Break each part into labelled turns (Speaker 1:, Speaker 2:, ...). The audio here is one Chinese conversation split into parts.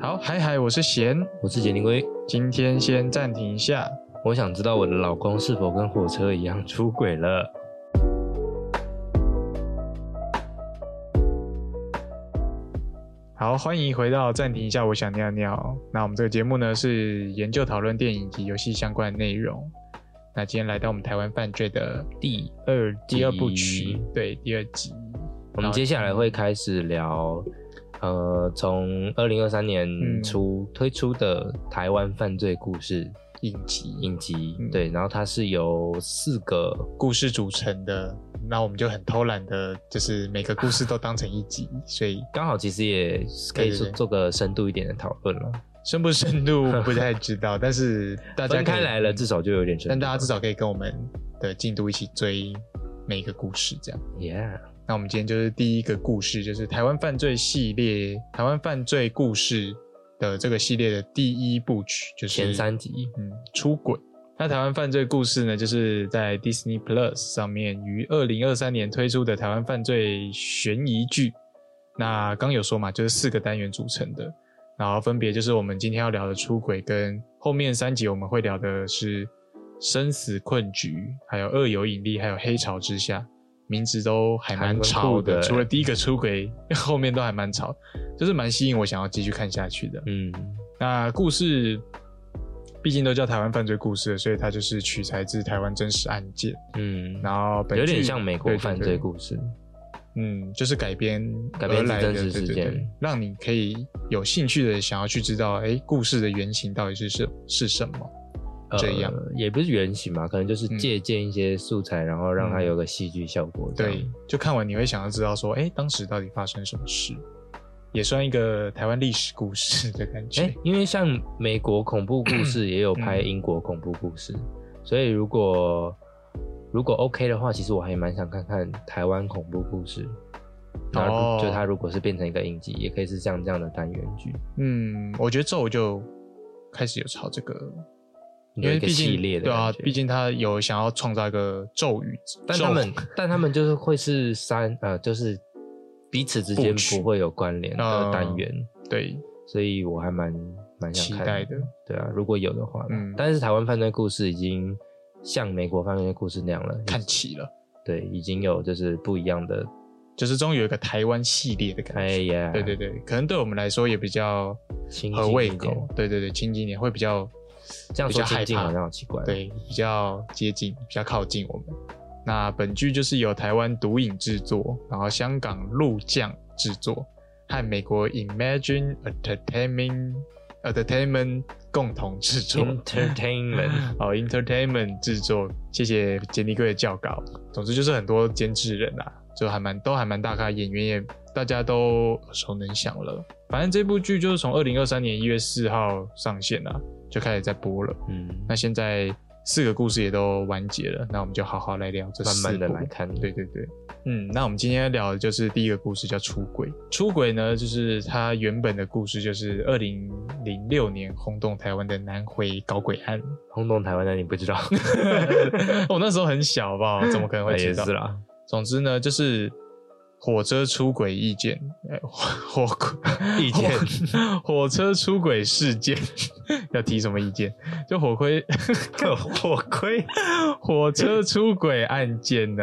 Speaker 1: 好，嗨嗨，我是贤，
Speaker 2: 我是杰尼龟，
Speaker 1: 今天先暂停一下。
Speaker 2: 我想知道我的老公是否跟火车一样出轨了。
Speaker 1: 好，欢迎回到暂停一下，我想尿尿。那我们这个节目呢是研究讨论电影及游戏相关的内容。那今天来到我们台湾犯罪的
Speaker 2: 第，
Speaker 1: 二第二部
Speaker 2: 集
Speaker 1: 曲，对，第二集。
Speaker 2: 我们接下来会开始聊，呃，从二零二三
Speaker 1: 嗯
Speaker 2: 年初推出的台湾犯罪故事
Speaker 1: 影集
Speaker 2: 影集，
Speaker 1: 嗯
Speaker 2: 对，然后它是由四个，
Speaker 1: 故事组成的，那我们就很偷懒的，就是每个故事都当成一集，所以
Speaker 2: 刚好其实也可
Speaker 1: 对
Speaker 2: 以
Speaker 1: 对
Speaker 2: 做
Speaker 1: 对
Speaker 2: 做个深度一点的讨论了。
Speaker 1: 深不深 度不太知道，但是大家
Speaker 2: 分
Speaker 1: 可以
Speaker 2: 开来了，至少就有点深度。
Speaker 1: 但大家至少可以跟我们的进度一起追每一个故事，这样。
Speaker 2: ，Yeah，
Speaker 1: 那我们今天就是第一个故事，就是台湾犯罪系列、台湾犯罪故事的这个系列的第一部曲，就是
Speaker 2: 前三集，
Speaker 1: 嗯，出轨。那台湾犯罪故事呢，就是在 Disney Plus 上面于二零二三年推出的台湾犯罪悬疑剧。那刚有说嘛，就是四个单元组成的，然后分别就是我们今天要聊的出轨，跟后面三集我们会聊的是生死困局，还有恶有引力，还有黑潮之下，名字都还
Speaker 2: 还
Speaker 1: 蛮
Speaker 2: 蛮
Speaker 1: 吵
Speaker 2: 酷
Speaker 1: 的，
Speaker 2: 的欸
Speaker 1: 除了第一个出轨， 后面都还蛮吵，就是蛮吸引我想要继续看下去的。
Speaker 2: 嗯，
Speaker 1: 那故事毕竟都叫台湾犯罪故事了，所以它就是取材自台湾真实案件。
Speaker 2: 嗯，
Speaker 1: 然后本
Speaker 2: 有
Speaker 1: 剧
Speaker 2: 点像美国犯罪
Speaker 1: 对对对
Speaker 2: 故事，
Speaker 1: 嗯，就是改编
Speaker 2: 改编
Speaker 1: 而
Speaker 2: 自
Speaker 1: 来的
Speaker 2: 真
Speaker 1: 对
Speaker 2: 实
Speaker 1: 对
Speaker 2: 事
Speaker 1: 对
Speaker 2: 件
Speaker 1: 让你可以有兴趣的想要去知道，哎，故事的原型到底是什是什么？
Speaker 2: 呃
Speaker 1: 这样嗯
Speaker 2: 也不是原型嘛，可能就是借鉴一些素材，然后让它有个戏剧效果。这样
Speaker 1: 对，，就看完你会想要知道说，哎，当时到底发生什么事，也算一个台湾历史故事的感觉。
Speaker 2: 哎，因为像美国恐怖故 事也有拍
Speaker 1: 嗯
Speaker 2: 英国恐怖故事，所以如果如果 OK 的话，其实我还蛮想看看台湾恐怖故事。然后就它如果是变成一个影集，也可以是像这样的单元剧，
Speaker 1: 嗯，我觉得咒就开始有朝这个，因
Speaker 2: 有
Speaker 1: 为
Speaker 2: 一个
Speaker 1: 毕竟
Speaker 2: 系列的
Speaker 1: 对啊，
Speaker 2: 感觉
Speaker 1: 毕竟他有想要创造一个咒语，
Speaker 2: 但
Speaker 1: 咒
Speaker 2: 他们但他们就是会是三呃，就是彼此之间
Speaker 1: 布局
Speaker 2: 不会有关联的
Speaker 1: 嗯
Speaker 2: 单元，
Speaker 1: 对
Speaker 2: 所以我还蛮蛮
Speaker 1: 期
Speaker 2: 想看
Speaker 1: 待的。
Speaker 2: 对啊，如果有的话啦，
Speaker 1: 嗯
Speaker 2: 但是台湾犯罪故事已经像美国犯罪故事那样了，
Speaker 1: 看齐了，
Speaker 2: 对，已经有就是不一样的，
Speaker 1: 就是终于有一个台湾系列的感
Speaker 2: 哎
Speaker 1: 觉。
Speaker 2: 呀，
Speaker 1: 对对对，可能对我们来说也比较
Speaker 2: 亲
Speaker 1: 合
Speaker 2: 近
Speaker 1: 胃
Speaker 2: 一点
Speaker 1: 口，对对对，亲近一点会比较
Speaker 2: 这样
Speaker 1: 比
Speaker 2: 说
Speaker 1: 较害
Speaker 2: 亲近
Speaker 1: 怕
Speaker 2: 好像好奇怪，，
Speaker 1: 对，比较接近，比较靠近我们。那本剧就是由台湾独影制作，然后香港陆将制作，和美国 Imagine Entertainment Entertainment 共同制作。
Speaker 2: Entertainment
Speaker 1: 哦，Entertainment 制作，谢谢杰尼哥的校稿。总之就是很多监制人啊，就还蛮都还蛮大咖，演员也大家都耳熟能详了。反正这部剧就是从二零二三年一月四号上线啊，就开始在播了。
Speaker 2: 嗯，
Speaker 1: 那现在四个故事也都完结了，那我们就好好来聊这
Speaker 2: 慢
Speaker 1: 四
Speaker 2: 慢的
Speaker 1: 部
Speaker 2: 来看，
Speaker 1: 对对对，嗯，那我们今天要聊的就是第一个故事叫出轨。出轨呢，就是它原本的故事就是二零零六年轰动台湾的南回搞鬼案。
Speaker 2: 轰动台湾的你不 知道，
Speaker 1: 我那时候很小，好不好？怎么可能会
Speaker 2: 哎也
Speaker 1: 知道
Speaker 2: 是？啦，
Speaker 1: 总之呢，就是火车出轨意见， 哎、火火
Speaker 2: 意见
Speaker 1: 火火车出轨事件， 要提什么意见？就火盔
Speaker 2: 火 龟，
Speaker 1: 火车出轨案件呢，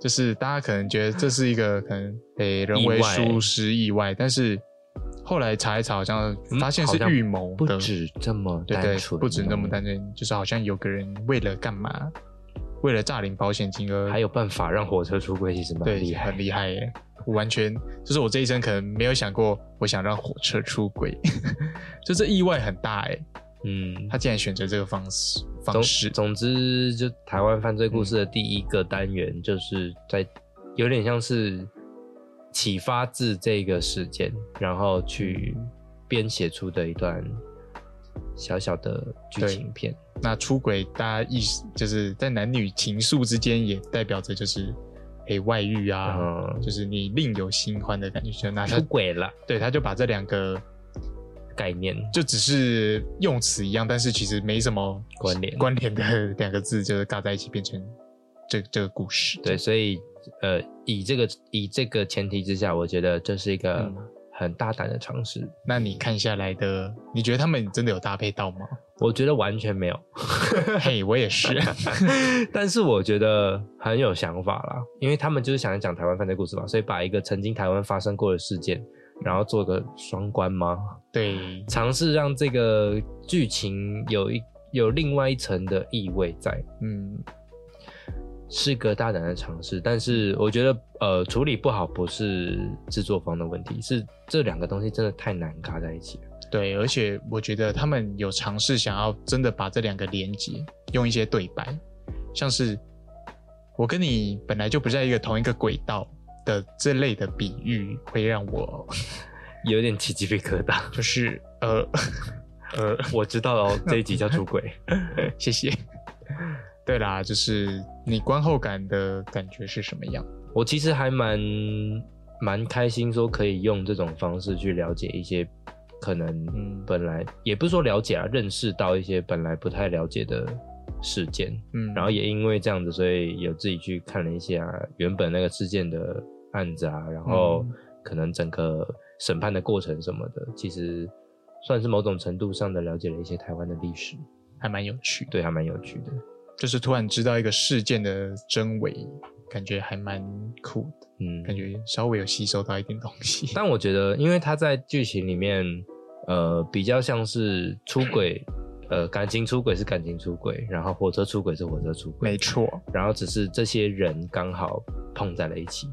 Speaker 1: 就是大家可能觉得这是一个可能诶、人为
Speaker 2: 意外
Speaker 1: 疏失意外，但是后来查一查，好像发现是
Speaker 2: 好像
Speaker 1: 预谋
Speaker 2: 不
Speaker 1: 的，
Speaker 2: 止这么
Speaker 1: 对对
Speaker 2: 单，纯，
Speaker 1: 不止那么单纯，就是好像有个人为了干嘛，为了诈领保险金额，
Speaker 2: 还有办法让火车出轨，其实蛮
Speaker 1: 对
Speaker 2: 厉害
Speaker 1: 很，厉害耶，我完全就是我这一生可能没有想过，我想让火车出轨， 就这意外很大哎，
Speaker 2: 嗯
Speaker 1: 他，竟然选择这个方式方
Speaker 2: 总
Speaker 1: 式，
Speaker 2: 总之，就台湾犯罪故事的第一个单元，就是在有点像是启发自这个事件，然后去编写出的一段小小的剧情片。
Speaker 1: 那出轨，大家意识就是在男女情愫之间，也代表着就是，诶、外遇啊，
Speaker 2: 嗯，
Speaker 1: 就是你另有新欢的感觉。就那他
Speaker 2: 出轨了
Speaker 1: 对，他就把这两个
Speaker 2: 概念，
Speaker 1: 就只是用词一样，但是其实没什么
Speaker 2: 关联
Speaker 1: 关联的两个字，就是尬在一起变成这这个故事。
Speaker 2: 对，所以呃，以这个以这个前提之下，我觉得这是一个
Speaker 1: 嗯
Speaker 2: 很大胆的尝试。
Speaker 1: 那你看下来的，你觉得他们真的有搭配到 吗？
Speaker 2: 我觉得完全没有，
Speaker 1: 嘿，我也是。
Speaker 2: 但是我觉得很有想法啦，因为他们就是想要讲台湾犯罪故事嘛，所以把一个曾经台湾发生过的事件，然后做个双关吗？
Speaker 1: 对，
Speaker 2: 尝试让这个剧情有一有另外一层的意味在，
Speaker 1: 嗯，
Speaker 2: 是个大胆的尝试。但是我觉得，呃，处理不好不是制作方的问题，是这两个东西真的太难嘎在一起了。
Speaker 1: 对，而且我觉得他们有尝试想要真的把这两个连接，用一些对白，像是我跟你本来就不在一个同一个轨道的这类的比喻，会让我
Speaker 2: 有点起鸡皮疙瘩。
Speaker 1: 就是呃 呃，
Speaker 2: 我知道哦，这一集叫出轨。
Speaker 1: 谢谢。对啦，就是你观后感的感觉是什么样？
Speaker 2: 我其实还蛮蛮开心，说可以用这种方式去了解一些可能
Speaker 1: 嗯
Speaker 2: 本来、也不是说了解啊，认识到一些本来不太了解的事件，
Speaker 1: 嗯，
Speaker 2: 然后也因为这样子，所以有自己去看了一下原本那个事件的案子啊，然后
Speaker 1: 嗯
Speaker 2: 可能整个审判的过程什么的，其实算是某种程度上的了解了一些台湾的历史，
Speaker 1: 还蛮有趣的，
Speaker 2: 对，还蛮有趣的。
Speaker 1: 就是突然知道一个事件的真伪，感觉还蛮酷的。
Speaker 2: 嗯，
Speaker 1: 感觉稍微有吸收到一点东西。
Speaker 2: 但我觉得，因为他在剧情里面，呃，比较像是出轨，呃，感情出轨是感情出轨，然后火车出轨是火车出轨，
Speaker 1: 没错，
Speaker 2: 然后只是这些人刚好碰在了一起。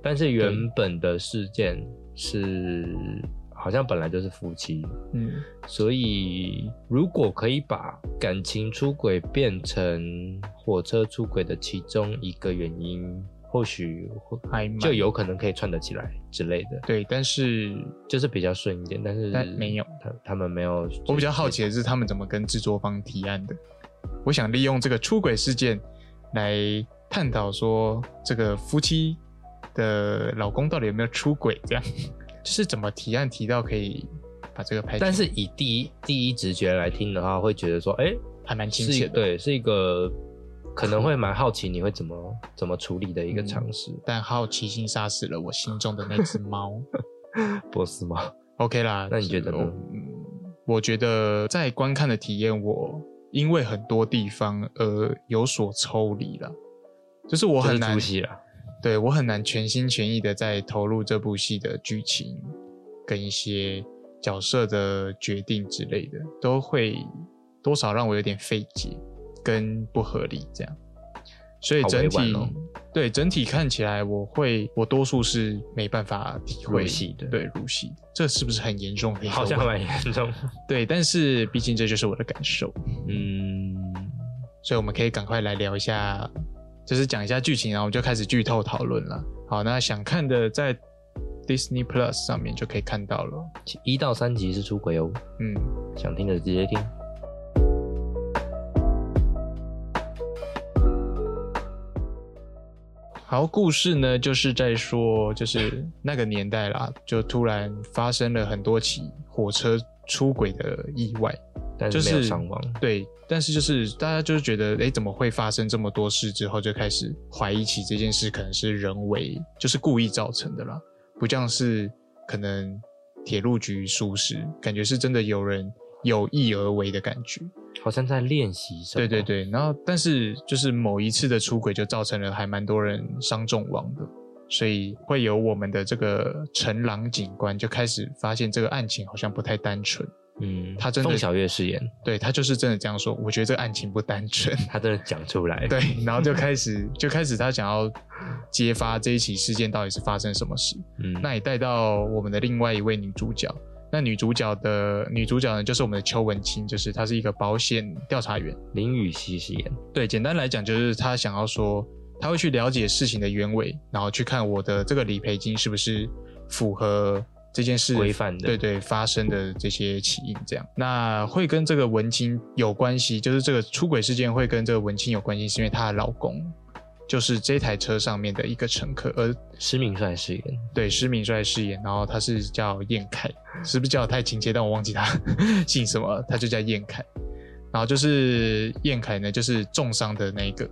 Speaker 2: 但是原本的事件是好像本来就是夫妻，
Speaker 1: 嗯，
Speaker 2: 所以如果可以把感情出轨变成火车出轨的其中一个原因，或许会
Speaker 1: 还蛮
Speaker 2: 就有可能可以串得起来之类的。
Speaker 1: 对。但是
Speaker 2: 就是比较顺一点，但是
Speaker 1: 但没有
Speaker 2: 他他们没有。
Speaker 1: 我比较好奇的是，他们怎么跟制作方提案的？我想利用这个出轨事件来探讨说，这个夫妻的老公到底有没有出轨？这样 就是怎么提案提到可以把这个拍出来，
Speaker 2: 但是以第一第一直觉来听的话，会觉得说，哎、
Speaker 1: 还蛮亲
Speaker 2: 是一
Speaker 1: 切的。
Speaker 2: 个对，是一个可能会蛮好奇你会怎么怎么处理的一个
Speaker 1: 嗯
Speaker 2: 尝试。
Speaker 1: 但好奇心杀死了我心中的那只 猫。
Speaker 2: 波斯猫，
Speaker 1: OK 啦，
Speaker 2: 那你觉得呢
Speaker 1: 我嗯，我觉得在观看的体验，我因为很多地方而有所抽离了，就是我
Speaker 2: 我
Speaker 1: 很难
Speaker 2: 出，戏了。
Speaker 1: 对我很难全心全意的在投入这部戏的剧情跟一些角色的决定之类的，都会多少让我有点费解跟不合理这样。所以
Speaker 2: 好
Speaker 1: 整
Speaker 2: 委婉
Speaker 1: 体、
Speaker 2: 哦
Speaker 1: 对整体看起来，我会我多数是没办法体会
Speaker 2: 入戏的
Speaker 1: 对入戏的，这是不是很严重的一个
Speaker 2: 好像
Speaker 1: 问
Speaker 2: 蛮严 重。
Speaker 1: 对，但是毕竟这就是我的感受，
Speaker 2: 嗯，
Speaker 1: 所以我们可以赶快来聊一下，就是讲一下剧情，然后我们就开始剧透讨论了。好，那想看的在 Disney Plus 上面就可以看到了。
Speaker 2: 一到三集是出轨哦，
Speaker 1: 嗯，
Speaker 2: 想听的直接听。
Speaker 1: 好，故事呢就是在说，就是那个年代啦，就突然发生了很多起火车出轨的意外。
Speaker 2: 但
Speaker 1: 就是
Speaker 2: 没有伤亡，
Speaker 1: 对，但是就是大家就是觉得，哎，怎么会发生这么多事？之后就开始怀疑起这件事可能是人为，就是故意造成的啦，不像是可能铁路局疏失，感觉是真的有人有意而为的感觉。
Speaker 2: 好像在练习什么。
Speaker 1: 对对，对，然后但是就是某一次的出轨就造成了还蛮多人伤重亡的，所以会有我们的这个陈郎警官就开始发现这个案情好像不太单纯，
Speaker 2: 嗯，
Speaker 1: 他真的
Speaker 2: 凤小月饰演，
Speaker 1: 对他就是真的这样说，我觉得这个案情不单纯。
Speaker 2: 他真的讲出来。
Speaker 1: 对，然后就开始就开始他想要揭发这一起事件到底是发生什么事。
Speaker 2: 嗯，
Speaker 1: 那也带到我们的另外一位女主角，那女主角的女主角呢，就是我们的邱文清，就是她是一个保险调查员。
Speaker 2: 林雨熙饰演。
Speaker 1: 对，简单来讲就是她想要说，她会去了解事情的原委，然后去看我的这个理赔金是不是符合这件事
Speaker 2: 规范的
Speaker 1: 对对发生的这些起因。这样，那会跟这个文青有关系，就是这个出轨事件会跟这个文青有关系，是因为她的老公就是这台车上面的一个乘客，而
Speaker 2: 施明帅饰演，
Speaker 1: 对施明帅饰演，然后他是叫燕凯，是不是叫得太亲切？但我忘记他 姓什么，他就叫燕凯。然后就是燕凯呢，就是重伤的那一个，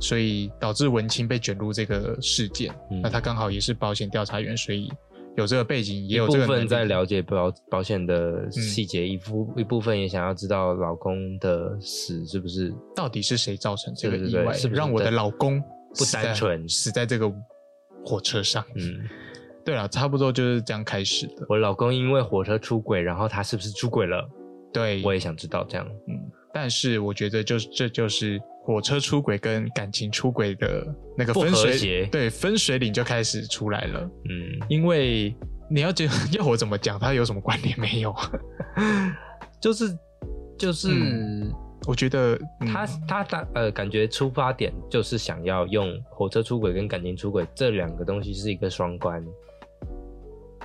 Speaker 1: 所以导致文清被卷入这个事件。
Speaker 2: 嗯
Speaker 1: 那他刚好也是保险调查员，所以有这个背景，也
Speaker 2: 一
Speaker 1: 有
Speaker 2: 部
Speaker 1: 这个能
Speaker 2: 分
Speaker 1: 力嗯
Speaker 2: 在了解保保险的细节，一部一部分也想要知道老公的死是不是
Speaker 1: 到底是谁造成这个
Speaker 2: 对对
Speaker 1: 意
Speaker 2: 对
Speaker 1: 外，
Speaker 2: 是不是
Speaker 1: 让我的
Speaker 2: 单
Speaker 1: 老公
Speaker 2: 不
Speaker 1: 死在
Speaker 2: 单纯
Speaker 1: 死在这个火车上？
Speaker 2: 嗯，
Speaker 1: 对了，差不多就是这样开始的。
Speaker 2: 我老公因为火车出轨，然后他是不是出轨了？
Speaker 1: 对，
Speaker 2: 我也想知道这样。
Speaker 1: 嗯，但是我觉得就是这就是火车出轨跟感情出轨的那个
Speaker 2: 不
Speaker 1: 分
Speaker 2: 和
Speaker 1: 水
Speaker 2: 谐
Speaker 1: 对分水岭就开始出来了，
Speaker 2: 嗯，
Speaker 1: 因为你要觉 要我怎么讲，它有什么关联 没有？
Speaker 2: 就是就是、
Speaker 1: 嗯我觉得、嗯、
Speaker 2: 他他他呃，感觉出发点就是想要用火车出轨跟感情出轨这两个东西是一个双关。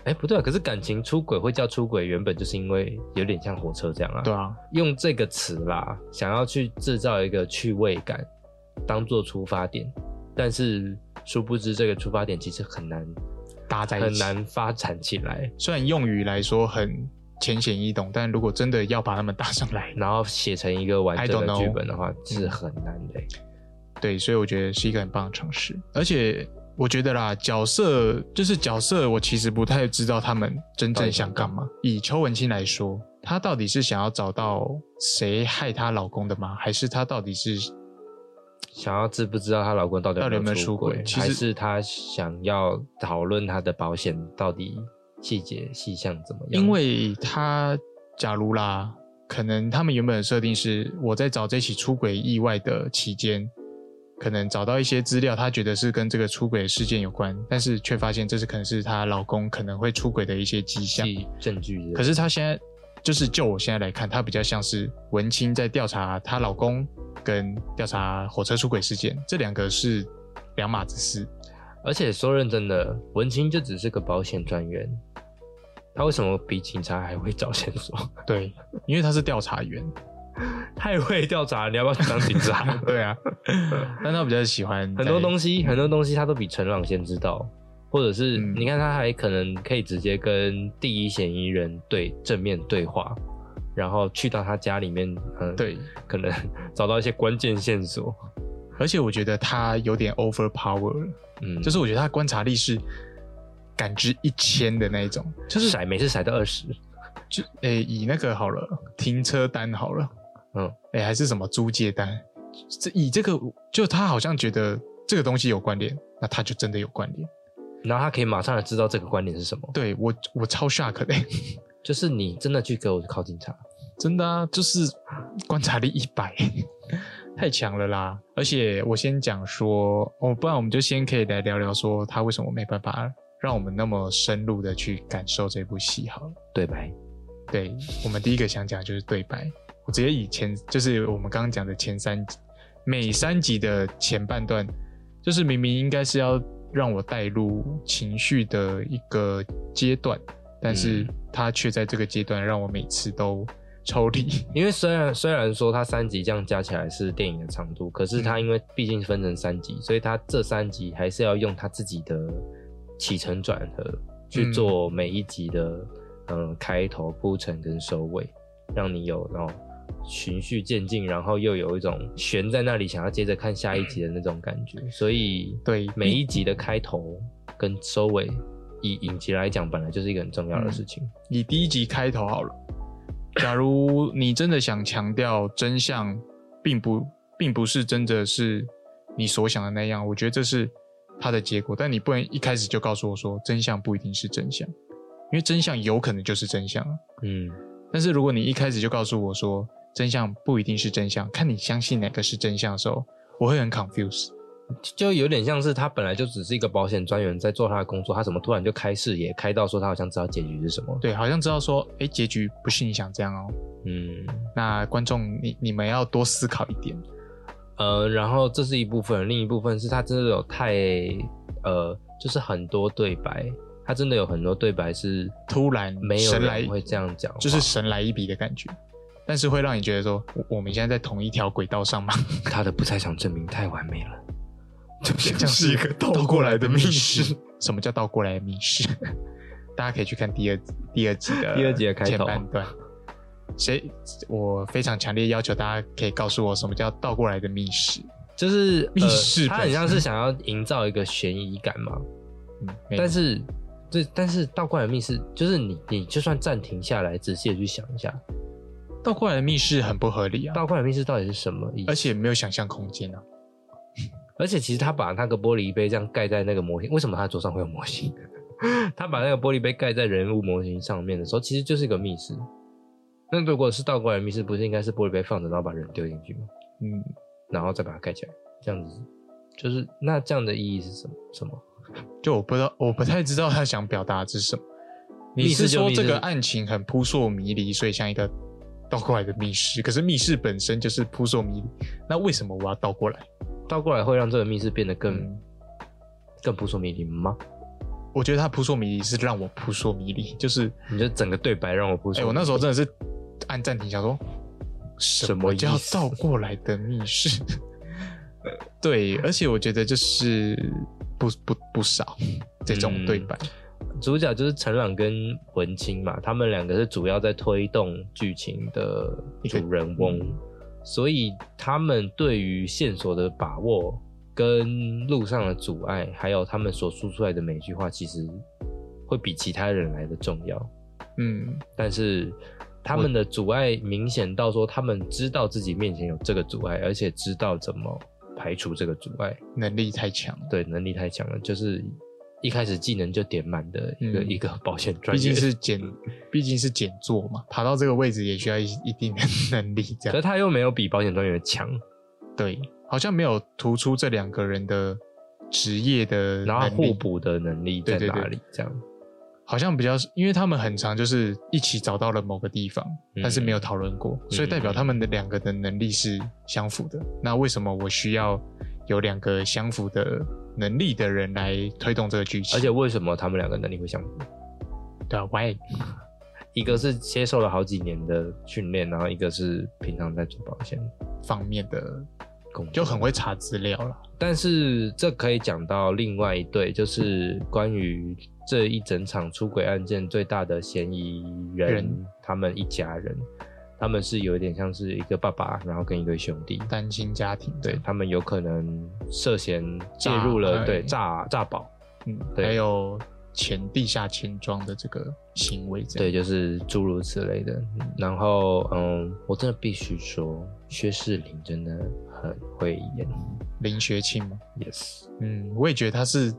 Speaker 2: 哎，不对、啊，可是感情出轨会叫出轨，原本就是因为有点像火车这样啊。
Speaker 1: 对啊，
Speaker 2: 用这个词啦，想要去制造一个趣味感，当做出发点，但是殊不知这个出发点其实很难
Speaker 1: 搭在一
Speaker 2: 很
Speaker 1: 起，
Speaker 2: 难发展起来，
Speaker 1: 虽然用语来说很浅显易懂，但如果真的要把它们搭上来，
Speaker 2: 然后写成一个完
Speaker 1: I
Speaker 2: 整
Speaker 1: don't
Speaker 2: 的
Speaker 1: know
Speaker 2: 剧本的话是很难的、
Speaker 1: 对，所以我觉得是一个很棒的尝试，而且。我觉得啦，角色就是角色，我其实不太知道他们真正想干嘛。以邱文清来说，她到底是想要找到谁害她老公的吗？还是她到底是
Speaker 2: 想要知不知道她老公到底
Speaker 1: 到底
Speaker 2: 有
Speaker 1: 有没有
Speaker 2: 出
Speaker 1: 出轨
Speaker 2: 轨，
Speaker 1: 其实
Speaker 2: 还是她想要讨论她的保险到底细节细项怎么样？
Speaker 1: 因为她假如啦，可能他们原本的设定是我在找这起出轨意外的期间，可能找到一些资料，她觉得是跟这个出轨事件有关，但是却发现这是可能是她老公可能会出轨的一些迹象。
Speaker 2: 记证据的
Speaker 1: 可是她现在就是就我现在来看，她比较像是文青在调查她老公跟调查火车出轨事件，这两个是两码子事。
Speaker 2: 而且说认真的，文青就只是个保险专员，他为什么比警察还会找线索？
Speaker 1: 对，因为她是调查员，
Speaker 2: 太会调查，你要不要去当警察
Speaker 1: ？对 啊，但她比较喜欢
Speaker 2: 很多
Speaker 1: 西，
Speaker 2: 东西，很多东西他都比陈朗先知道，或者是、
Speaker 1: 嗯
Speaker 2: 你看他还可能可以直接跟第一嫌疑人对正面对话，然后去到他家里面，嗯，，
Speaker 1: 对，
Speaker 2: 可能 找到一些关键线索，
Speaker 1: 而且我觉得她有点 overpower，了
Speaker 2: 嗯，
Speaker 1: 就是我觉得她观察力是感知一千的那一种，
Speaker 2: 就是甩，每次甩到二十，
Speaker 1: 就诶、以那个好了，停车单好了，
Speaker 2: 嗯，
Speaker 1: 哎、还是什么租借单，这以这个就他好像觉得这个东西有关联，那他就真的有关联。
Speaker 2: 然后他可以马上知道这个观点是什么，
Speaker 1: 对我我超 shock 的、欸
Speaker 2: 就是你真的去给我靠警察，
Speaker 1: 真的啊，就是观察力一百， 太强了啦！而且我先讲说，哦，不然我们就先可以来聊聊说他为什么没办法让我们那么深入的去感受这部戏好了。
Speaker 2: 对白，
Speaker 1: 对我们第一个想讲就是对白，我直接以前就是我们刚刚讲的前三集，每三集的前半段，就是明明应该是要让我带入情绪的一个阶段，但是
Speaker 2: 嗯
Speaker 1: 它却在这个阶段让我每次都抽离。
Speaker 2: 因为虽然虽然说它三集这样加起来是电影的长度，可是它因为毕竟分成三集，所以它这三集还是要用它自己的起承转合去做每一集的嗯、呃开头、铺陈跟收尾，让你有那种循序渐进，然后又有一种悬在那里想要接着看下一集的那种感觉。所以
Speaker 1: 对
Speaker 2: 每一集的开头跟收尾，以影集来讲，本来就是一个很重要的事情。
Speaker 1: 以第一集开头好了，假如你真的想强调真相，并不并不是真的是你所想的那样，我觉得这是它的结果。但你不能一开始就告诉我说真相不一定是真相，因为真相有可能就是真相啊。
Speaker 2: 嗯
Speaker 1: 但是如果你一开始就告诉我说真相不一定是真相，看你相信哪个是真相的时候，我会很 confused。
Speaker 2: 就有点像是他本来就只是一个保险专员在做他的工作，他怎么突然就开视野，开到说他好像知道结局是什么？
Speaker 1: 对，好像知道说，哎，结局不是你想这样哦。
Speaker 2: 嗯，
Speaker 1: 那观众，你你们要多思考一点。
Speaker 2: 呃，然后这是一部分，另一部分是他真的有太呃，就是很多对白，他真的有很多对白是
Speaker 1: 突然
Speaker 2: 没有
Speaker 1: 神来
Speaker 2: 人会这样讲话，
Speaker 1: 就是神来一笔的感觉，但是会让你觉得说，我我们现在在同一条轨道上吗？
Speaker 2: 他的不在场证明太完美了， 就
Speaker 1: 这
Speaker 2: 像
Speaker 1: 样
Speaker 2: 是一呃个 倒过来的密室。。
Speaker 1: 什么叫倒过来的密室？ 大家可以去看第二集第二集的
Speaker 2: 第二集的开头
Speaker 1: 前半段。谁？我非常强烈要求大家可以告诉我什么叫倒过来的密室。
Speaker 2: 就是
Speaker 1: 密室
Speaker 2: 呃，他
Speaker 1: 本
Speaker 2: 很像
Speaker 1: 身
Speaker 2: 是想要营造一个悬疑感嘛，
Speaker 1: 嗯，没
Speaker 2: 但是对，但是倒过来的密室就是你，你就算暂停下来，仔细的去想一下，
Speaker 1: 倒过来的密室很不合理啊，
Speaker 2: 倒过来的密室到底是什么意思？
Speaker 1: 而且没有想象空间啊。
Speaker 2: 而且其实他把那个玻璃杯这样盖在那个模型，为什么他桌上会有模型？ 他把那个玻璃杯盖在人物模型上面的时候，其实就是一个密室。那如果是倒过来的密室，不是应该是玻璃杯放着，然后把人丢进去吗？
Speaker 1: 嗯，
Speaker 2: 然后再把它盖起来，这样子就是那这样的意义是什么？什么？
Speaker 1: 就我不知道，我不太知道他想表达的是什么。你
Speaker 2: 密室
Speaker 1: 是
Speaker 2: 就
Speaker 1: 说
Speaker 2: 密
Speaker 1: 这个
Speaker 2: 室
Speaker 1: 案情很扑朔迷离，所以像一个倒过来的密室？可是密室本身就是扑朔迷离，那为什么我要倒过来？
Speaker 2: 倒过来会让这个密室变得更、
Speaker 1: 嗯
Speaker 2: 更扑朔迷离吗？
Speaker 1: 我觉得他扑朔迷离是让我扑朔迷离，就是
Speaker 2: 你就整个对白让我扑
Speaker 1: 哎、
Speaker 2: 朔迷离。
Speaker 1: 我那时候真的是按暂停，想说什
Speaker 2: 什么
Speaker 1: 么
Speaker 2: 意
Speaker 1: 叫
Speaker 2: 思
Speaker 1: 倒过来的密室？ 对，而且我觉得就是不不不少这种
Speaker 2: 嗯
Speaker 1: 对白，
Speaker 2: 主角就是陈朗跟文清嘛，他们两个是主要在推动剧情的主人翁，
Speaker 1: 嗯
Speaker 2: 所以他们对于线索的把握、跟路上的阻碍，还有他们所说出来的每句话，其实会比其他人来的重要。
Speaker 1: 嗯，
Speaker 2: 但是他们的阻碍明显到说，他们知道自己面前有这个阻碍，而且知道怎么排除这个阻碍。
Speaker 1: 能力太强了，
Speaker 2: 对，能力太强了，就是一开始技能就点满的一个、
Speaker 1: 嗯
Speaker 2: 一个保险专
Speaker 1: 毕
Speaker 2: 业。
Speaker 1: 竟是简，毕竟是简做嘛，爬到这个位置也需要一一定的能力，这
Speaker 2: 可是
Speaker 1: 样嗯
Speaker 2: 他又没有比保险专员强，
Speaker 1: 对，好像没有突出这两个人的职业的
Speaker 2: 然后
Speaker 1: 能力
Speaker 2: 互，补的能力在
Speaker 1: 对对对
Speaker 2: 哪里？这样，
Speaker 1: 好像比较是，因为他们很常就是一起找到了某个地方，但是没
Speaker 2: 嗯
Speaker 1: 有讨论过，所以代表他们的两个的能力是相符的。那为什么我需要有两个相符的能力的人来推动这个剧情？
Speaker 2: 而且为什么他们两个能力会相符？
Speaker 1: 对啊，why？
Speaker 2: 一个是接受了好几年的训练，然后一个是平常在做保险
Speaker 1: 方面的
Speaker 2: 工作，
Speaker 1: 就很会查资料了。
Speaker 2: 但是这可以讲到另外一对，就是关于这一整场出轨案件最大的嫌疑人，
Speaker 1: 人
Speaker 2: 他们一家人，他们是有一点像是一个爸爸，然后跟一对兄弟，
Speaker 1: 单亲家庭，
Speaker 2: 对，他们有可能涉嫌介
Speaker 1: 诈
Speaker 2: 入了
Speaker 1: 哎
Speaker 2: 对诈诈保，
Speaker 1: 嗯，
Speaker 2: 对
Speaker 1: 还有前地下钱庄的这个行为，这样
Speaker 2: 对，就是诸如此类的。然后嗯，我真的必须说，薛仕凌真的很会演
Speaker 1: 林学庆嘛，
Speaker 2: ，yes，
Speaker 1: 嗯，我也觉得他是，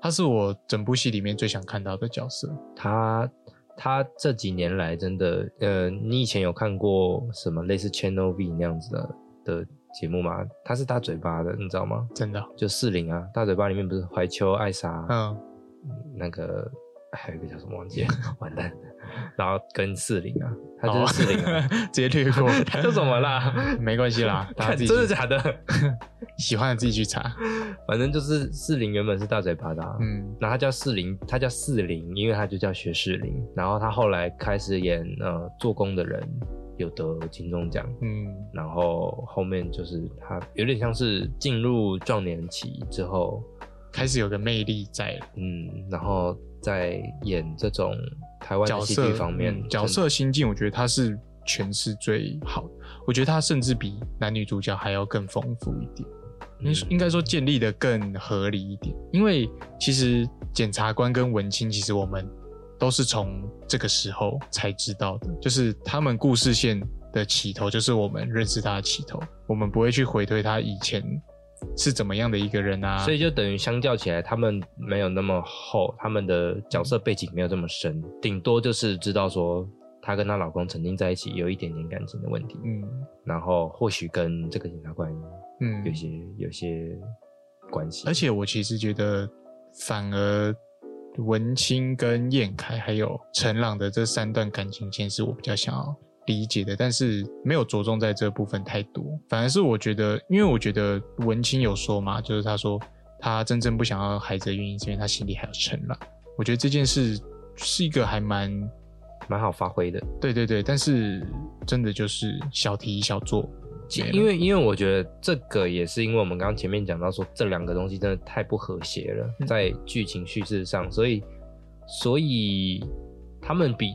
Speaker 1: 他是我整部戏里面最想看到的角色。
Speaker 2: 他他这几年来真的，呃，你以前有看过什么类似 Channel V 那样子的的节目吗？他是大嘴巴的，你知道吗？
Speaker 1: 真的哦，
Speaker 2: 就四零啊，大嘴巴里面不是怀秋、艾莎，
Speaker 1: 嗯，
Speaker 2: 那个还有一个叫什么忘记了，完蛋。然后跟四零啊，他
Speaker 1: 哦
Speaker 2: 就是四 零啊，，
Speaker 1: 直接略过
Speaker 2: 他叫什么啦？，
Speaker 1: 没关系啦 大家
Speaker 2: 看
Speaker 1: 自己
Speaker 2: 真的
Speaker 1: 去
Speaker 2: 假的？
Speaker 1: 喜欢的自己去查。
Speaker 2: 反正就是四零原本是大嘴巴的、啊，
Speaker 1: 嗯，
Speaker 2: 然后他叫四零，他叫四零，因为他就叫薛士林。然后他后来开始演呃做工的人，有得金钟奖。
Speaker 1: 嗯，
Speaker 2: 然后后面就是他有点像是进入壮年期之后，
Speaker 1: 开始有个魅力在了，
Speaker 2: 嗯，然后在演这种台湾的
Speaker 1: 角
Speaker 2: 戏
Speaker 1: 色
Speaker 2: 剧方面，
Speaker 1: 嗯角色心境，我觉得他是诠释最好的。我觉得他甚至比男女主角还要更丰富一点，
Speaker 2: 嗯
Speaker 1: 应、应该说建立的更合理一点。因为其实检察官跟文清，其实我们都是从这个时候才知道的，就是他们故事线的起头，就是我们认识他的起头，我们不会去回推他以前是怎么样的一个人啊。
Speaker 2: 所以就等于相较起来，他们没有那么厚，他们的角色背景没有这么深，顶多就是知道说她跟她老公曾经在一起有一点点感情的问题，
Speaker 1: 嗯
Speaker 2: 然后或许跟这个检察官
Speaker 1: 嗯，
Speaker 2: 有些、有些关系。
Speaker 1: 而且我其实觉得，反而文清跟燕凯还有陈朗的这三段感情线是我比较想要理解的，但是没有着重在这部分太多。反而是我觉得，因为我觉得文清有说嘛，就是他说他真正不想要孩子的原因，是因为他心里还有陈朗。我觉得这件事是一个还蛮
Speaker 2: 蛮好发挥的，
Speaker 1: 对对对，但是真的就是小题小做，没了嗯
Speaker 2: 因为因为我觉得这个也是因为我们刚刚前面讲到说这两个东西真的太不和谐了，
Speaker 1: 嗯
Speaker 2: 在剧情叙事上，所以所以他们比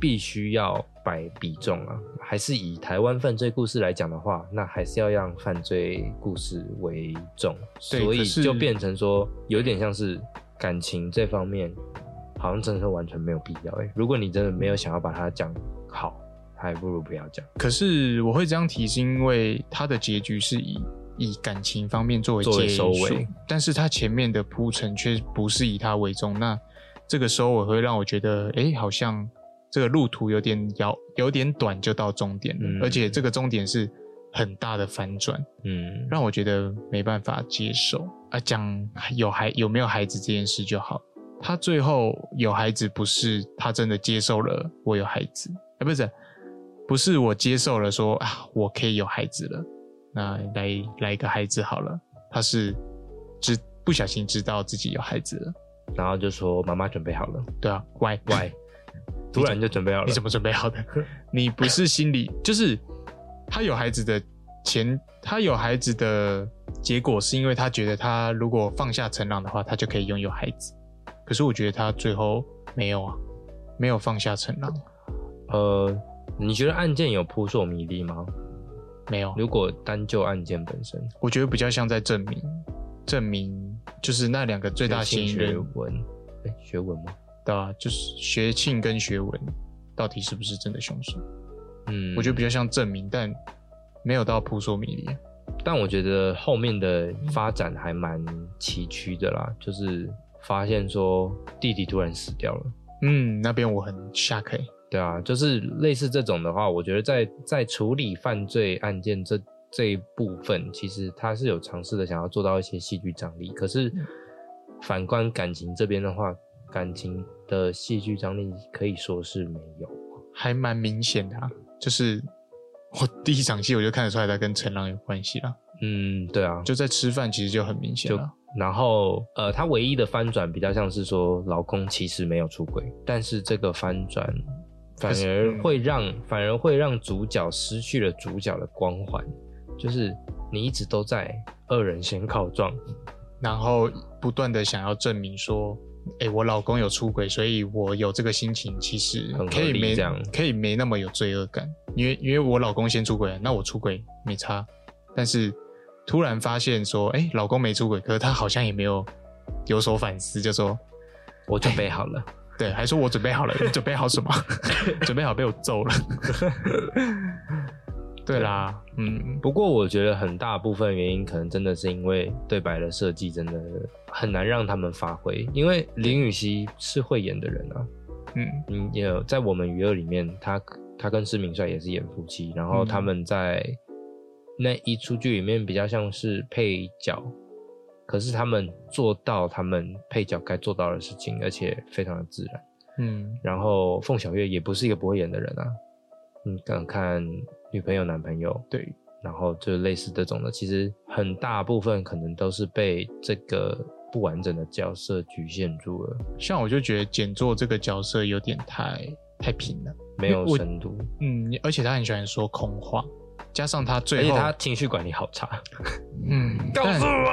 Speaker 2: 必须要摆比重啊，还是以台湾犯罪故事来讲的话，那还是要让犯罪故事为重，
Speaker 1: 对
Speaker 2: 所以
Speaker 1: 可是
Speaker 2: 就变成说有点像是感情这方面好像真的是完全没有必要哎、如果你真的没有想要把它讲好，还不如不要讲。
Speaker 1: 可是我会这样提，是因为它的结局是以以感情方面作为
Speaker 2: 作为
Speaker 1: 结
Speaker 2: 收
Speaker 1: 束
Speaker 2: 尾，
Speaker 1: 但是它前面的铺陈却不是以它为重。那这个收尾会让我觉得，哎，好像这个路途有点遥，有点短就到终点了，
Speaker 2: 嗯
Speaker 1: 而且这个终点是很大的反转，
Speaker 2: 嗯，
Speaker 1: 让我觉得没办法接受。啊，讲有孩有没有孩子这件事就好。他最后有孩子，不是他真的接受了我有孩子，啊，不是，不是我接受了说啊，我可以有孩子了，那来来一个孩子好了。他是知不小心知道自己有孩子了，
Speaker 2: 然后就说妈妈准备 好了，
Speaker 1: 对啊，why
Speaker 2: 喂，突然就准备好了，
Speaker 1: 你怎么准备好的？ 你不是心理，就是他有孩子的前，他有孩子的结果是因为他觉得他如果放下陈朗的话，他就可以拥有孩子。可是我觉得他最后没有啊，没有放下陈朗，
Speaker 2: 呃，你觉得案件有扑朔迷离吗？
Speaker 1: 没有。
Speaker 2: 如果单就案件本身，
Speaker 1: 我觉得比较像在证明，证明就是那两个最大嫌疑
Speaker 2: 学
Speaker 1: 人，
Speaker 2: 文，哎、学文吗？
Speaker 1: 对吧、就是学庆跟学文到底是不是真的凶手？
Speaker 2: 嗯，
Speaker 1: 我觉得比较像证明，但没有到扑朔迷离。
Speaker 2: 但我觉得后面的发展还蛮崎岖的啦，就是发现说弟弟突然死掉了。
Speaker 1: 嗯，那边我很 shock 欸、
Speaker 2: 对啊，就是类似这种的话，我觉得在在处理犯罪案件这这一部分，其实他是有尝试的想要做到一些戏剧张力。可是反观感情这边的话，感情的戏剧张力可以说是没有。
Speaker 1: 还蛮明显的、啊，就是我第一场戏我就看得出来他跟陈朗有关系啦，
Speaker 2: 嗯，对啊，
Speaker 1: 就在吃饭其实就很明显了。
Speaker 2: 然后呃，他唯一的翻转比较像是说，老公其实没有出轨，但是这个翻转反
Speaker 1: 可是
Speaker 2: 而
Speaker 1: 嗯
Speaker 2: 会让、反而会让主角失去了主角的光环，就是你一直都在恶人先告状，
Speaker 1: 然后不断的想要证明说，哎、我老公有出轨，所以我有这个心情，其实
Speaker 2: 很合
Speaker 1: 可以
Speaker 2: 理
Speaker 1: 没
Speaker 2: 这样
Speaker 1: 可以没那么有罪恶感，因为因为我老公先出轨了，那我出轨没差，但是突然发现说，哎、老公没出轨，可是他好像也没有有所反思，就说
Speaker 2: 我准备好了。
Speaker 1: 对，还说我准备好了，你准备好什么？准备好被我揍 了。对啦，嗯，
Speaker 2: 不过我觉得很大部分原因可能真的是因为对白的设计真的很难让他们发挥，因为林雨熙是会演的人啊，
Speaker 1: 嗯
Speaker 2: 嗯，也有在我们娱乐里面，他他跟施明帅也是演夫妻，然后
Speaker 1: 嗯
Speaker 2: 他们在那一出剧里面比较像是配角，可是他们做到他们配角该做到的事情，而且非常的自然。
Speaker 1: 嗯，
Speaker 2: 然后凤小岳也不是一个不会演的人啊，你敢看女朋友男朋友，
Speaker 1: 对，
Speaker 2: 然后就类似这种的，其实很大部分可能都是被这个不完整的角色局限住了，
Speaker 1: 像我就觉得简作这个角色有点太太平了，
Speaker 2: 没
Speaker 1: 因为
Speaker 2: 有
Speaker 1: 我
Speaker 2: 深度。
Speaker 1: 嗯，而且他很喜欢说空话，加上他
Speaker 2: 而
Speaker 1: 最
Speaker 2: 且
Speaker 1: 后，
Speaker 2: 他情绪管理好差，
Speaker 1: 嗯，但
Speaker 2: 我！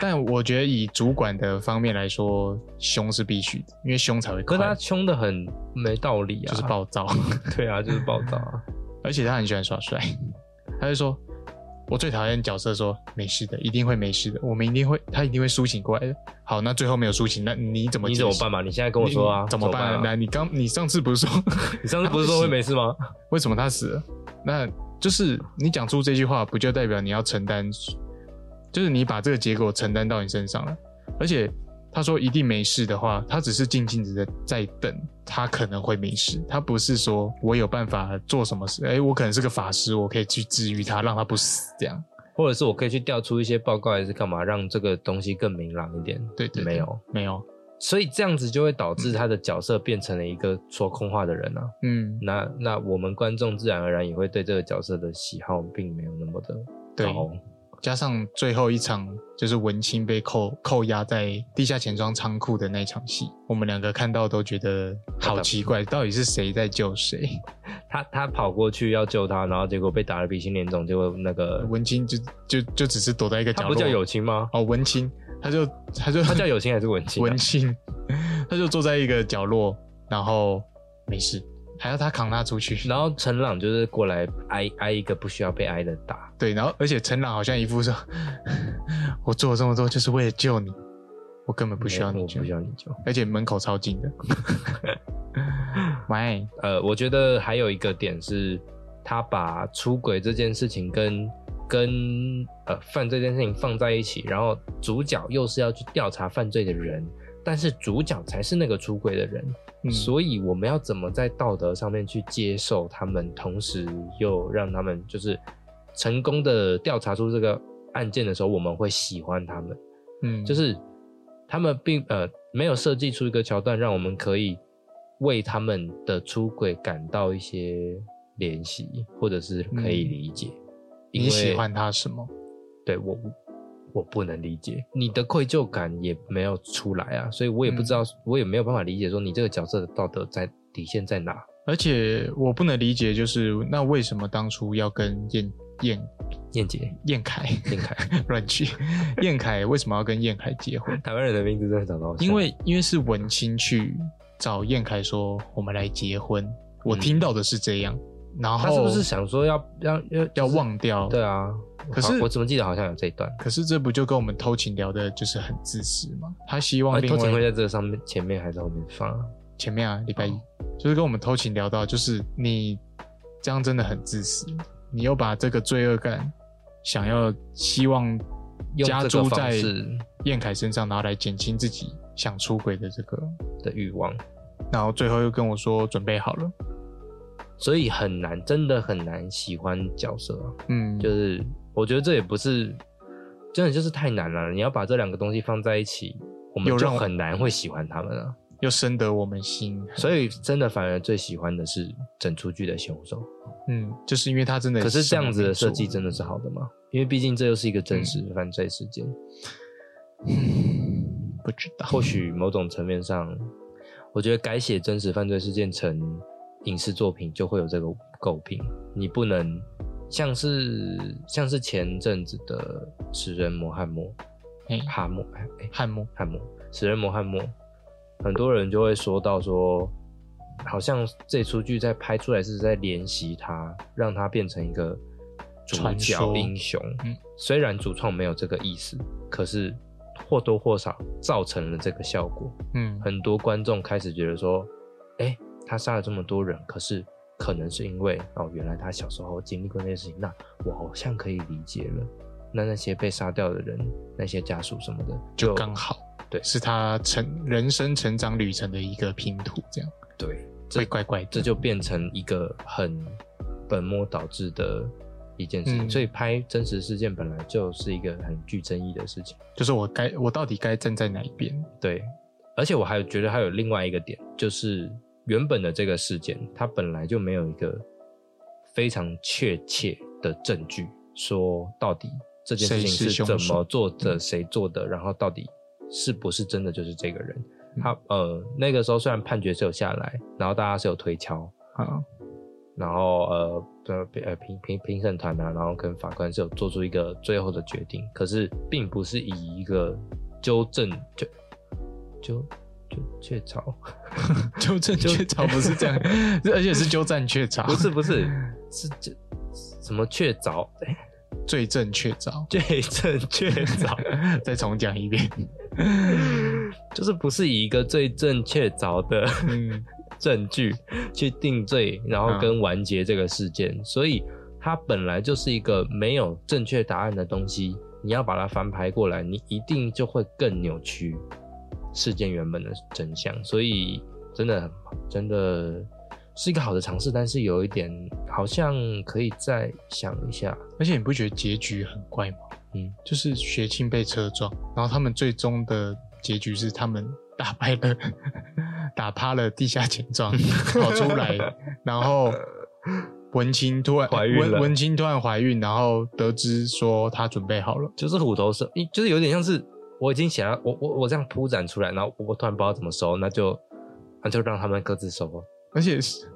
Speaker 1: 但我觉得以主管的方面来说，凶是必须的，因为凶才会快，
Speaker 2: 可是他凶的很没道理啊，
Speaker 1: 就是，暴躁，
Speaker 2: 对啊，就是暴躁啊。
Speaker 1: 而且他很喜欢耍帅， 他就说。我最讨厌角色说没事的，一定会没事的，我们一定会，他一定会苏醒过来的。好，那最后没有苏醒，那你怎么
Speaker 2: 你
Speaker 1: 解
Speaker 2: 怎么
Speaker 1: 释
Speaker 2: 办嘛？你现在跟我说啊，
Speaker 1: 你怎么办啊？
Speaker 2: 啊
Speaker 1: 那、？你刚你上次不是说
Speaker 2: 你上次不是说会没事吗？
Speaker 1: 为什么他死了？那就是你讲出这句话，不就代表你要承担，就是你把这个结果承担到你身上了。而且他说一定没事的话，他只是静静的在等，他可能会没事。他不是说我有办法做什么事，哎、我可能是个法师，我可以去治愈他，让他不死。这样
Speaker 2: 或者是我可以去调出一些报告，还是干嘛，让这个东西更明朗一点？
Speaker 1: 对对对
Speaker 2: 没有，
Speaker 1: 没有，
Speaker 2: 所以这样子就会导致他的角色变成了一个说空话的人啊。
Speaker 1: 嗯，
Speaker 2: 那那我们观众自然而然也会对这个角色的喜好并没有那么的
Speaker 1: 对
Speaker 2: 高。
Speaker 1: 加上最后一场就是文青被扣扣押在地下钱庄仓库的那一场戏，我们两个看到都觉得好奇怪，到底是谁在救谁？
Speaker 2: 他他跑过去要救他，然后结果被打得鼻青脸肿，结果那个
Speaker 1: 文青就就就只是躲在一个角
Speaker 2: 他
Speaker 1: 落，
Speaker 2: 不叫友情吗？
Speaker 1: 哦，文青，他就他就
Speaker 2: 他叫友情还是文青啊、
Speaker 1: 文青，他就坐在一个角落，然后没事，还要他扛他出去，
Speaker 2: 然后陈朗就是过来挨挨一个不需要被挨的打，
Speaker 1: 对，然后而且陈朗好像一副说，我做了这么多就是为了救你，我根本不需要
Speaker 2: 我
Speaker 1: 你救
Speaker 2: 不，需要你救。
Speaker 1: 而且门口超 近的。喂，
Speaker 2: 呃，我觉得还有一个点是，他把出轨这件事情跟跟呃犯罪这件事情放在一起，然后主角又是要去调查犯罪的人，但是主角才是那个出轨的人，
Speaker 1: 嗯
Speaker 2: 所以我们要怎么在道德上面去接受他们，同时又让他们就是成功的调查出这个案件的时候，我们会喜欢他们。
Speaker 1: 嗯，
Speaker 2: 就是他们并呃没有设计出一个桥段，让我们可以为他们的出轨感到一些怜惜，或者是可以理解。因
Speaker 1: 嗯你
Speaker 2: 为
Speaker 1: 喜欢他什么？
Speaker 2: 对我，我不能理解你的愧疚感也没有出来啊，所以我也不知道，
Speaker 1: 嗯
Speaker 2: 我也没有办法理解说你这个角色的道德在底线在哪。
Speaker 1: 而且我不能理解，就是那为什么当初要跟燕燕
Speaker 2: 燕姐、
Speaker 1: 燕凯
Speaker 2: 燕凯，
Speaker 1: 乱去？燕凯为什么要跟燕凯结婚？
Speaker 2: 台湾人的名字真的长得好像
Speaker 1: 因为因为是文青去找燕凯说我们来结婚，我
Speaker 2: 嗯
Speaker 1: 听到的是这样，然后
Speaker 2: 他是不是想说要要要
Speaker 1: 要？忘掉？
Speaker 2: 对啊，
Speaker 1: 可是
Speaker 2: 好我怎么记得好像有这一段。
Speaker 1: 可是这不就跟我们偷情聊的就是很自私吗？他希望
Speaker 2: 哎
Speaker 1: 另
Speaker 2: 偷情
Speaker 1: 外
Speaker 2: 会在这个上面前面还是后面放啊？
Speaker 1: 前面啊礼拜一、
Speaker 2: 嗯
Speaker 1: 就是跟我们偷情聊到，就是你这样真的很自私，你又把这个罪恶感想要希望
Speaker 2: 用
Speaker 1: 加
Speaker 2: 这个
Speaker 1: 诸
Speaker 2: 方
Speaker 1: 在
Speaker 2: 式
Speaker 1: 燕凯身上，然后来减轻自己想出轨的这个，
Speaker 2: 的欲望，
Speaker 1: 然后最后又跟我说准备好了，
Speaker 2: 所以很难，真的很难喜欢角色啊。
Speaker 1: 嗯，
Speaker 2: 就是我觉得这也不是，真的就是太难了。你要把这两个东西放在一起，我们
Speaker 1: 有
Speaker 2: 就
Speaker 1: 让我嗯
Speaker 2: 很难会喜欢他们了。
Speaker 1: 又深得我们心，
Speaker 2: 所以真的反而最喜欢的是整出剧的凶手。
Speaker 1: 嗯，就是因为他真的嗯
Speaker 2: 可是这样子的设计
Speaker 1: 什么
Speaker 2: 真的是好的吗？因为毕竟这又是一个真实犯罪事件。
Speaker 1: 都不知道，
Speaker 2: 或许某种层面上，我觉得改写真实犯罪事件成影视作品，就会有这个诟病。你不能像是像是前阵子的《食人魔汉默》
Speaker 1: 嘿
Speaker 2: 哈默哎哎
Speaker 1: 汉默，
Speaker 2: 汉默《食人魔汉默》，很多人就会说到说，好像这出剧在拍出来是在怜惜他，让他变成一个主
Speaker 1: 传
Speaker 2: 角
Speaker 1: 说
Speaker 2: 英雄。
Speaker 1: 嗯
Speaker 2: 虽然主创没有这个意思，可是或多或少造成了这个效果。
Speaker 1: 嗯，
Speaker 2: 很多观众开始觉得说，哎、他杀了这么多人，可是可能是因为哦，原来他小时候经历过那些事情，那我好像可以理解了。那那些被杀掉的人，那些家属什么的，
Speaker 1: 就刚好，
Speaker 2: 对
Speaker 1: 是他成人生成长旅程的一个拼图，这样
Speaker 2: 对，
Speaker 1: 会怪怪的，
Speaker 2: 这就变成一个很本末倒置的一件事情。
Speaker 1: 嗯
Speaker 2: 所以拍真实事件本来就是一个很具争议的事情。
Speaker 1: 就是我该我到底该站在哪一边？
Speaker 2: 对，而且我还有觉得还有另外一个点，就是原本的这个事件，它本来就没有一个非常确切的证据，说到底这件事情
Speaker 1: 谁是
Speaker 2: 是
Speaker 1: 凶
Speaker 2: 怎
Speaker 1: 手
Speaker 2: 么做的，
Speaker 1: 嗯
Speaker 2: 谁做的，然后到底是不是真的就是这个人。
Speaker 1: 嗯
Speaker 2: 他呃，那个时候虽然判决是有下来，然后大家是有推敲，
Speaker 1: 啊，
Speaker 2: 然后呃呃呃评评评审团啊，然后跟法官是有做出一个最后的决定，可是并不是以一个纠正就就就确凿，
Speaker 1: 纠正
Speaker 2: 就
Speaker 1: 雀巢不是这样， 而且是纠正雀巢，
Speaker 2: 不是不是是这什么确凿， 哎
Speaker 1: 罪证确凿。
Speaker 2: 罪证确凿，
Speaker 1: 再重讲一遍，
Speaker 2: 就是不是以一个最正确凿的
Speaker 1: 嗯
Speaker 2: 证据去定罪，然后跟完结这个事件，所以它本来就是一个没有正确答案的东西，你要把它翻拍过来，你一定就会更扭曲事件原本的真相，所以真的很真的是一个好的尝试，但是有一点好像可以再想一下，
Speaker 1: 而且你不觉得结局很怪吗？
Speaker 2: 嗯，
Speaker 1: 就是雪清被车撞，然后他们最终的结局是他们打败了， 打趴了地下钱 庄，跑出来，然后文清突然
Speaker 2: 怀孕了
Speaker 1: 文文清突然怀孕，然后得知说她准备好了，
Speaker 2: 就是虎头蛇，一就是有点像是我已经想要我我我这样铺展出来，然后我我突然不知道怎么收，那就那就让他们各自收吧。
Speaker 1: 而且是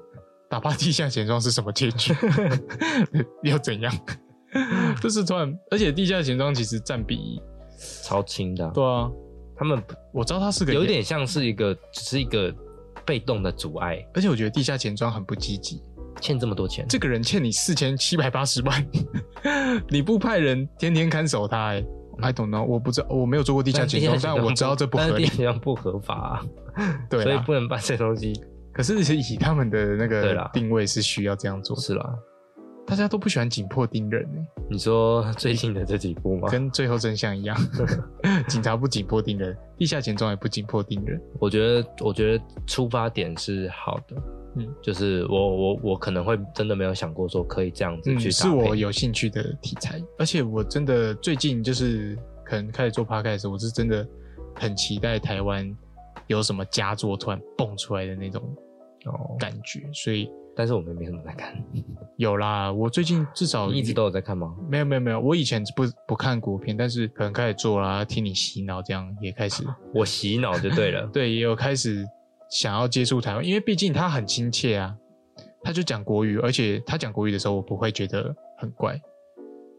Speaker 1: 打趴地下钱庄是什么结 局？又怎样？ 就是突然，而且地下钱庄其实占 比，
Speaker 2: 超轻的啊、
Speaker 1: 对啊，
Speaker 2: 他们
Speaker 1: 我知道它是个
Speaker 2: 有
Speaker 1: 演
Speaker 2: 点像是一个，只是一个被动的阻碍，
Speaker 1: 而且我觉得地下钱庄很不积极，
Speaker 2: 欠这么多钱，
Speaker 1: 这 个人欠你四千七百八十万，你不派人天天看守他、欸， I don't know，我不知道，我没有做过地下
Speaker 2: 地
Speaker 1: 解
Speaker 2: 下
Speaker 1: 冻，
Speaker 2: 解
Speaker 1: 但
Speaker 2: 冻
Speaker 1: 我知道这不
Speaker 2: 但是
Speaker 1: 合理
Speaker 2: 地。下解冻不合法啊、
Speaker 1: 对
Speaker 2: 所以
Speaker 1: 啦，
Speaker 2: 不能把这东西。
Speaker 1: 可是以他们的那
Speaker 2: 对
Speaker 1: 个
Speaker 2: 啦
Speaker 1: 定位是需要这样做。
Speaker 2: 是啦，
Speaker 1: 大家都不喜欢紧迫盯人、欸，
Speaker 2: 你说最近的这几部吗？
Speaker 1: 跟最后真相 一样，警察不紧迫盯人，地下钱庄也不紧迫盯人。
Speaker 2: 我觉得，我觉得出发点是好的，
Speaker 1: 嗯，
Speaker 2: 就是我我我可能会真的没有想过说可以这样子
Speaker 1: 嗯，
Speaker 2: 去搭
Speaker 1: 是
Speaker 2: 配，
Speaker 1: 我有兴趣的题材，而且我真的最近就是可能开始做 podcast，我是真的很期待台湾有什么佳作突然蹦出来的那种
Speaker 2: 哦，
Speaker 1: 感觉，所以
Speaker 2: 但是我们没什么在看，
Speaker 1: 有啦。我最近至少
Speaker 2: 你一直都有在看吗？
Speaker 1: 没有没有没有，我以前不不看国片，但是可能开始做啦，听你洗脑这样也开始。，
Speaker 2: 我洗脑就对了
Speaker 1: 对，也有开始想要接触台湾，因为毕竟他很亲切啊，他就讲国语，而且他讲国语的时候，我不会觉得很怪，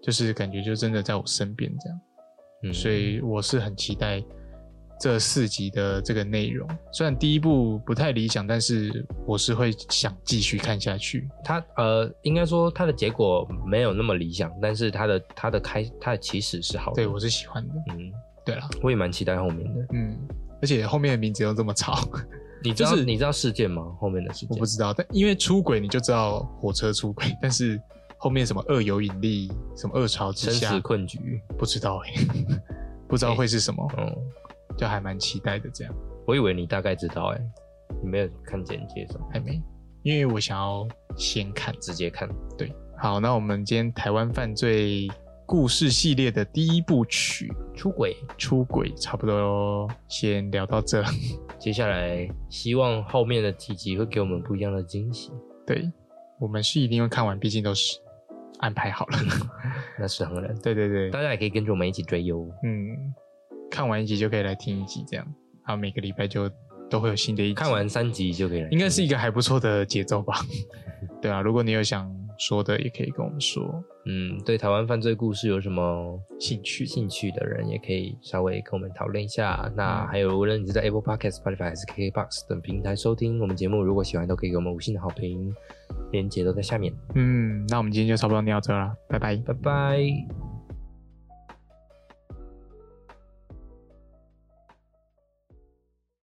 Speaker 1: 就是感觉就真的在我身边这样，
Speaker 2: 嗯
Speaker 1: 所以我是很期待这四集的这个内容。虽然第一部不太理想，但是我是会想继续看下去。
Speaker 2: 它呃，应该说它的结果没有那么理想，但是它的它的开它的起始是好的，
Speaker 1: 对我是喜欢的，
Speaker 2: 嗯，
Speaker 1: 对啦，
Speaker 2: 我也蛮期待后面的。
Speaker 1: 嗯，而且后面的名字又这么长，
Speaker 2: 你知道、
Speaker 1: 就是
Speaker 2: 你知道事件吗？后面的事
Speaker 1: 我
Speaker 2: 件
Speaker 1: 不知道，但因为出轨你就知道火车出轨，但是后面什么恶有引力，什么恶潮之
Speaker 2: 生
Speaker 1: 下
Speaker 2: 死，困局，
Speaker 1: 不知道 哎、不知道会是什么，
Speaker 2: 嗯。
Speaker 1: 就还蛮期待的。这样
Speaker 2: 我以为你大概知道哎、你没有看简介什么，
Speaker 1: 还没，因为我想要先看。
Speaker 2: 直接看。
Speaker 1: 对，好，那我们今天台湾犯罪故事系列的第一部曲
Speaker 2: 出轨，
Speaker 1: 《出轨》差不多咯先聊到这。
Speaker 2: 接下来希望后面的几集会给我们不一样的惊喜，
Speaker 1: 对，我们是一定会看完，毕竟都是安排好了。
Speaker 2: 那是当然。
Speaker 1: 对对对，
Speaker 2: 大家也可以跟着我们一起追哟。
Speaker 1: 嗯，看完一集就可以来听一集，这样，好，每个礼拜就都会有新的一集。
Speaker 2: 看完三集就可以了，
Speaker 1: 应该是一个还不错的节奏吧？ 对啊，如果你有想说的，也可以跟我们说。
Speaker 2: 嗯，对台湾犯罪故事有什么
Speaker 1: 兴趣
Speaker 2: 兴趣的人，也可以稍微跟我们讨论一下。那
Speaker 1: 嗯
Speaker 2: 还有，无论你是在 Apple Podcast、Spotify 还是 KKBox 等平台收听我们节目，如果喜欢都可以给我们五星的好评，链接都在下面。
Speaker 1: 嗯，那我们今天就差不多聊到这啦，拜拜。
Speaker 2: 拜拜。